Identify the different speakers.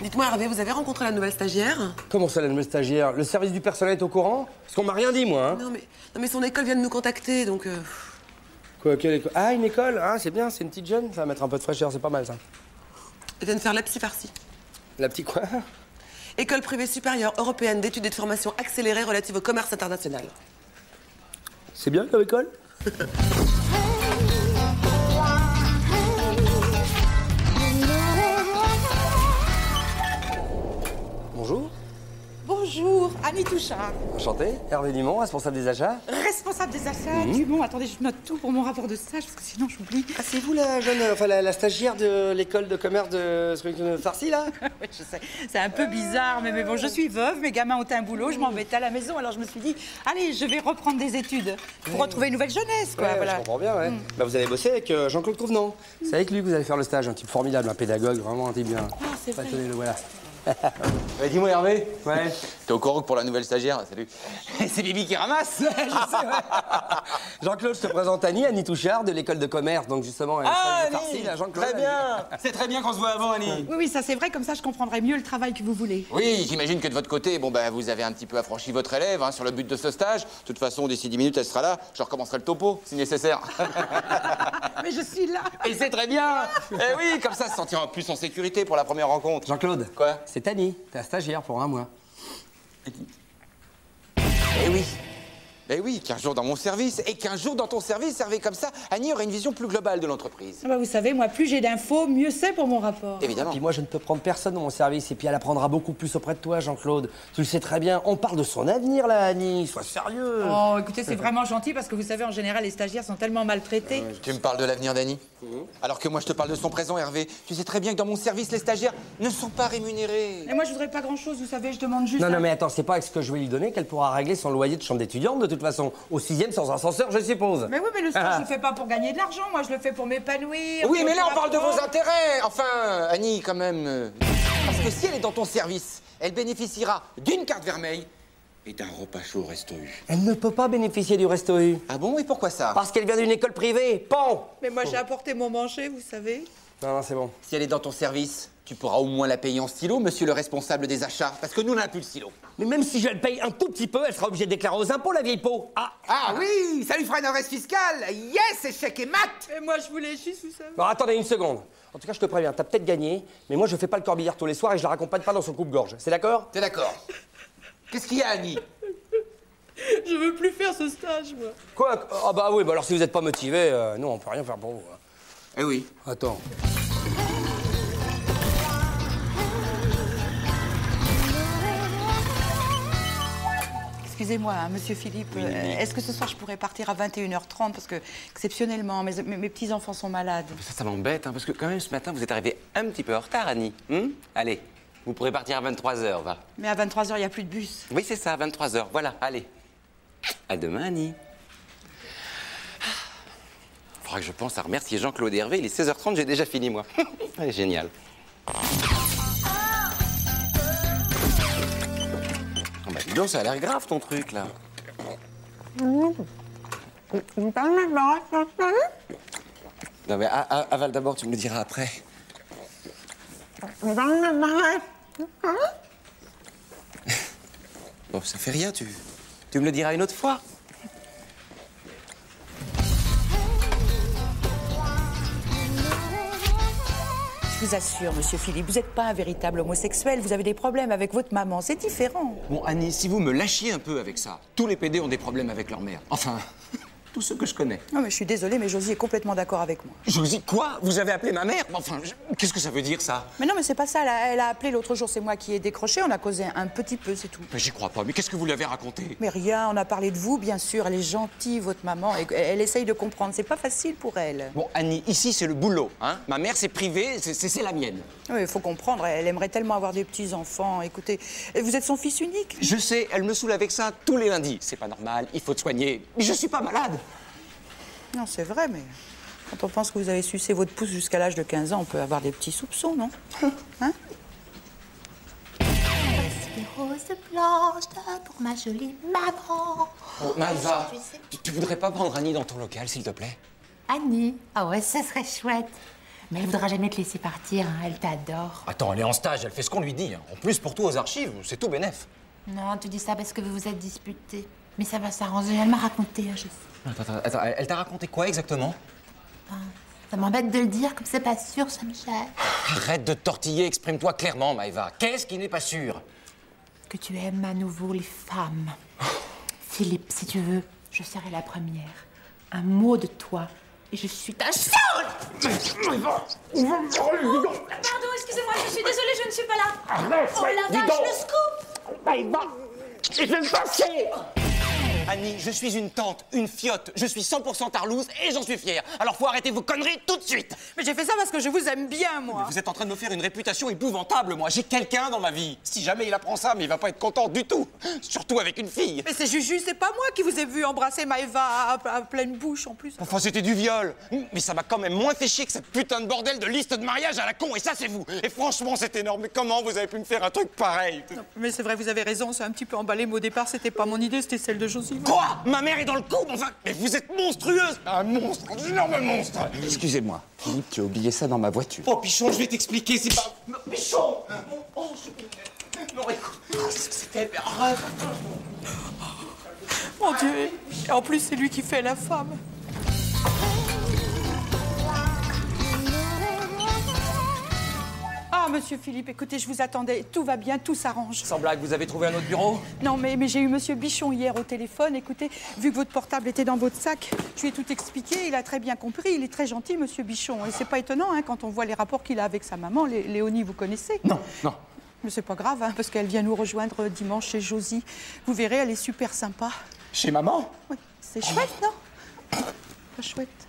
Speaker 1: Dites-moi Hervé, vous avez rencontré la nouvelle stagiaire
Speaker 2: Comment ça, la nouvelle stagiaire Le service du personnel est au courant Parce qu'on m'a rien dit, moi. hein.
Speaker 1: Non mais, non mais son école vient de nous contacter, donc... euh,
Speaker 2: Quoi, quelle école Ah, une école Ah, c'est bien, c'est une petite jeune. Ça va mettre un peu de fraîcheur, c'est pas mal, ça.
Speaker 1: elle vient de faire la psy-farcie.
Speaker 2: La petite quoi
Speaker 1: École privée supérieure européenne d'études et de formation accélérée relative au commerce international.
Speaker 2: C'est bien, comme école Bonjour.
Speaker 3: Bonjour, Annie Touchard,
Speaker 2: Enchanté. Hervé Dumont, responsable des achats.
Speaker 3: responsable des achats. du Bon, attendez, je note tout pour mon rapport de stage parce que sinon j'oublie.
Speaker 2: Ah, c'est vous la jeune, enfin la, la stagiaire de l'école de commerce de de Farsi, là
Speaker 3: oui, je sais, c'est un peu bizarre, mais, mais bon, je suis veuve, mes gamins ont un boulot, je m'embêtais à la maison, alors je me suis dit, allez, je vais reprendre des études pour retrouver une nouvelle jeunesse, quoi.
Speaker 2: Ouais,
Speaker 3: voilà.
Speaker 2: Je comprends bien, ouais. Bah, vous allez bosser avec euh, Jean-Claude Convenant. C'est avec lui que vous allez faire le stage, un type formidable, un pédagogue, vraiment un type bien.
Speaker 3: c'est vrai.
Speaker 2: Pâtonné, le voilà. Ouais, Dis-moi Hervé. Ouais.
Speaker 4: T'es au courant que pour la nouvelle stagiaire, salut. C'est Bibi qui ramasse
Speaker 2: Je sais, ouais. Jean-Claude, je te présente Annie, Annie Touchard de l'école de commerce, donc justement. elle
Speaker 4: Ah,
Speaker 2: fait le farci,
Speaker 4: Annie
Speaker 2: là, Jean-Claude,
Speaker 4: Très
Speaker 2: elle-
Speaker 4: bien C'est très bien qu'on se voit avant, Annie
Speaker 3: Oui, oui, ça c'est vrai, comme ça je comprendrai mieux le travail que vous voulez.
Speaker 4: Oui, j'imagine que de votre côté, bon ben, vous avez un petit peu affranchi votre élève hein, sur le but de ce stage. De toute façon, d'ici 10 minutes, elle sera là. Je recommencerai le topo, si nécessaire.
Speaker 3: Mais je suis là
Speaker 4: Et c'est très bien Eh oui, comme ça, elle se sentira plus en sécurité pour la première rencontre.
Speaker 2: Jean-Claude.
Speaker 4: Quoi
Speaker 2: C'est Annie, ta stagiaire pour un mois.
Speaker 4: Eh oui Eh oui, qu'un jour dans mon service et qu'un jour dans ton service, servez comme ça, Annie aurait une vision plus globale de l'entreprise.
Speaker 3: Ah bah, Vous savez, moi, plus j'ai d'infos, mieux c'est pour mon rapport.
Speaker 4: Évidemment.
Speaker 2: Puis moi, je ne peux prendre personne dans mon service, et puis elle apprendra beaucoup plus auprès de toi, Jean-Claude. Tu le sais très bien, on parle de son avenir, là, Annie, sois sérieux.
Speaker 3: Oh, écoutez, c'est vraiment gentil parce que vous savez, en général, les stagiaires sont tellement maltraités.
Speaker 4: Tu me parles de l'avenir d'Annie Alors que moi je te parle de son présent, Hervé. Tu sais très bien que dans mon service, les stagiaires ne sont pas rémunérés.
Speaker 3: Et moi, je voudrais pas grand-chose, vous savez, je demande juste...
Speaker 2: Non,
Speaker 3: un-
Speaker 2: non, mais attends, c'est pas avec ce que je vais lui donner qu'elle pourra régler son loyer de chambre d'étudiante, de toute façon. Au sixième, sans ascenseur, je suppose.
Speaker 3: Mais oui, mais le
Speaker 2: Ah.
Speaker 3: stage, je le fais pas pour gagner de l'argent, moi, je le fais pour m'épanouir.
Speaker 4: Oui,
Speaker 3: pour
Speaker 4: mais là on
Speaker 3: apprendre.
Speaker 4: parle de vos intérêts. Enfin, Annie, quand même. euh, Parce que si elle est dans ton service, elle bénéficiera d'une carte vermeille et d'un repas chaud au resto U.
Speaker 2: Elle ne peut pas bénéficier du resto U.
Speaker 4: Ah bon Et pourquoi ça
Speaker 2: Parce qu'elle vient d'une école privée. Pan
Speaker 3: Mais moi, j'ai apporté mon manger, vous savez.
Speaker 2: Non, non, c'est bon.
Speaker 4: Si elle est dans ton service, tu pourras au moins la payer en stylo, monsieur le responsable des achats. Parce que nous, on n'a plus de stylo.
Speaker 2: Mais même si je le paye un tout petit peu, elle sera obligée de déclarer aux impôts, la vieille peau. Ah
Speaker 4: Ah oui Ça lui fera une adresse fiscale Yes, échec et mat
Speaker 3: Mais moi, je voulais juste, vous savez.
Speaker 2: Bon, attendez une seconde. En tout cas, je te préviens, t'as peut-être gagné, mais moi, je fais pas le corbillard tous les soirs et je la raccompagne pas dans son coupe-gorge. C'est d'accord
Speaker 4: T'es d'accord Qu'est-ce qu'il y a, Annie
Speaker 3: Je veux plus faire ce stage, moi.
Speaker 2: Quoi Ah bah oui, bah alors si vous êtes pas motivé, euh, non, on peut rien faire pour vous. hein.
Speaker 4: Eh oui.
Speaker 2: Attends.
Speaker 3: Excusez-moi, hein, monsieur Philippe, euh, est-ce que ce soir, je pourrais partir à 21h30 Parce que, exceptionnellement, mes, mes- mes petits-enfants sont malades.
Speaker 5: Ça, ça m'embête, hein, parce que quand même, ce matin, vous êtes arrivé un petit peu en retard, Annie. Hum allez, vous pourrez partir à 23h, va.
Speaker 3: Mais à 23h, il n'y a plus de bus.
Speaker 5: Oui, c'est ça, 23h, voilà, allez. À demain, Annie. Il faudra que je pense à remercier Jean-Claude Hervé. Il est 16h30, j'ai déjà fini, moi. allez, génial. Oh, bah, dis donc, ça a l'air grave, ton truc, là. Non, mais a- a- avale d'abord, tu me le diras après. Bon, ça fait rien, tu. Tu me le diras une autre fois.
Speaker 3: Je vous assure, monsieur Philippe, vous n'êtes pas un véritable homosexuel. Vous avez des problèmes avec votre maman. C'est différent.
Speaker 4: Bon, Annie, si vous me lâchiez un peu avec ça, tous les PD ont des problèmes avec leur mère. Enfin, tous ceux que je connais.
Speaker 3: Non, mais je suis désolée, mais Josie est complètement d'accord avec moi.
Speaker 4: Josie, quoi Vous avez appelé ma mère Mais Enfin, je- qu'est-ce que ça veut dire, ça
Speaker 3: Mais non, mais c'est pas ça. Elle a, elle a appelé l'autre jour, c'est moi qui ai décroché. On a causé un petit peu, c'est tout.
Speaker 4: Mais Ben, j'y crois pas. Mais qu'est-ce que vous lui avez raconté
Speaker 3: Mais rien, on a parlé de vous, bien sûr. Elle est gentille, votre maman. et- elle essaye de comprendre. C'est pas facile pour elle.
Speaker 4: Bon, Annie, ici, c'est le boulot, hein Ma mère, c'est privé, c'est- c'est c'est la mienne.
Speaker 3: Oui, il faut comprendre. Elle aimerait tellement avoir des petits-enfants. Écoutez, vous êtes son fils unique.
Speaker 4: Je sais, elle me saoule avec ça tous les lundis. C'est pas normal, il faut te soigner. Mais je suis pas malade
Speaker 3: Non, c'est vrai, mais quand on pense que vous avez sucé votre pouce jusqu'à l'âge de 15 ans, on peut avoir des petits soupçons, non Hein
Speaker 6: Des roses blanches pour ma jolie maman.
Speaker 4: Oh, Malva,
Speaker 6: Je sais.
Speaker 4: tu, tu voudrais pas prendre Annie dans ton local, s'il te plaît
Speaker 6: Annie, ah ouais, ça serait chouette. Mais elle voudra jamais te laisser partir, hein, elle t'adore.
Speaker 7: Attends, elle est en stage, elle fait ce qu'on lui dit. hein. En plus, pour tout aux archives, c'est tout bénef.
Speaker 6: Non, tu dis ça parce que vous vous êtes disputés. Mais ça va s'arranger, elle m'a raconté, hein, je sais.
Speaker 7: Attends, attends, attends, elle elle t'a raconté quoi exactement
Speaker 6: Ben, Ça m'embête de le dire, comme c'est pas sûr, ça me gêne.
Speaker 7: Arrête de te tortiller, exprime-toi clairement, Maëva. Qu'est-ce qui n'est pas sûr
Speaker 6: Que tu aimes à nouveau les femmes. Philippe, si tu veux, je serai la première. Un mot de toi, et je suis ta chaule
Speaker 8: Pardon, excusez-moi, je suis désolée, je ne suis pas là. oh la vache, le scoop
Speaker 4: Annie, je suis une tante, une fiotte, je suis 100% tarlouse et j'en suis fière. Alors faut arrêter vos conneries tout de suite
Speaker 3: Mais j'ai fait ça parce que je vous aime bien, moi.
Speaker 4: Vous êtes en train de me faire une réputation épouvantable, moi. J'ai quelqu'un dans ma vie. Si jamais il apprend ça, mais il va pas être content du tout. Surtout avec une fille.
Speaker 3: Mais c'est Juju, c'est pas moi qui vous ai vu embrasser Maëva à, à- à pleine bouche, en plus.
Speaker 4: Enfin, c'était du viol. Mais ça m'a quand même moins fait chier que cette putain de bordel de liste de mariage à la con. Et ça, c'est vous. Et franchement, c'est énorme. Mais comment vous avez pu me faire un truc pareil
Speaker 3: Mais c'est vrai, vous avez raison, c'est un petit peu emballé, mais au départ, c'était pas mon idée, c'était celle de Josie.
Speaker 4: Quoi Ma mère est dans le couple, enfin Mais vous êtes monstrueuse Un monstre, un énorme monstre Excusez-moi, Philippe, tu as oublié ça dans ma voiture. Oh, Pichon, je vais t'expliquer, c'est pas... Non, Pichon Oh, je- Non, écoute, oh, c'était grave
Speaker 3: Mon Dieu Et en plus, c'est lui qui fait la femme. Ah, monsieur Philippe, écoutez, je vous attendais. Tout va bien, tout s'arrange.
Speaker 5: Sans blague, vous avez trouvé un autre bureau
Speaker 3: Non, mais, mais j'ai eu monsieur Bichon hier au téléphone. Écoutez, vu que votre portable était dans votre sac, je lui ai tout expliqué. Il a très bien compris. Il est très gentil, monsieur Bichon. Et c'est pas étonnant, hein, quand on voit les rapports qu'il a avec sa maman. Lé- Léonie, vous connaissez Non, non. Mais c'est pas grave, hein, parce qu'elle vient nous rejoindre dimanche chez Josie. Vous verrez, elle est super sympa.
Speaker 4: Chez maman
Speaker 3: Oui, c'est chouette, non Pas chouette.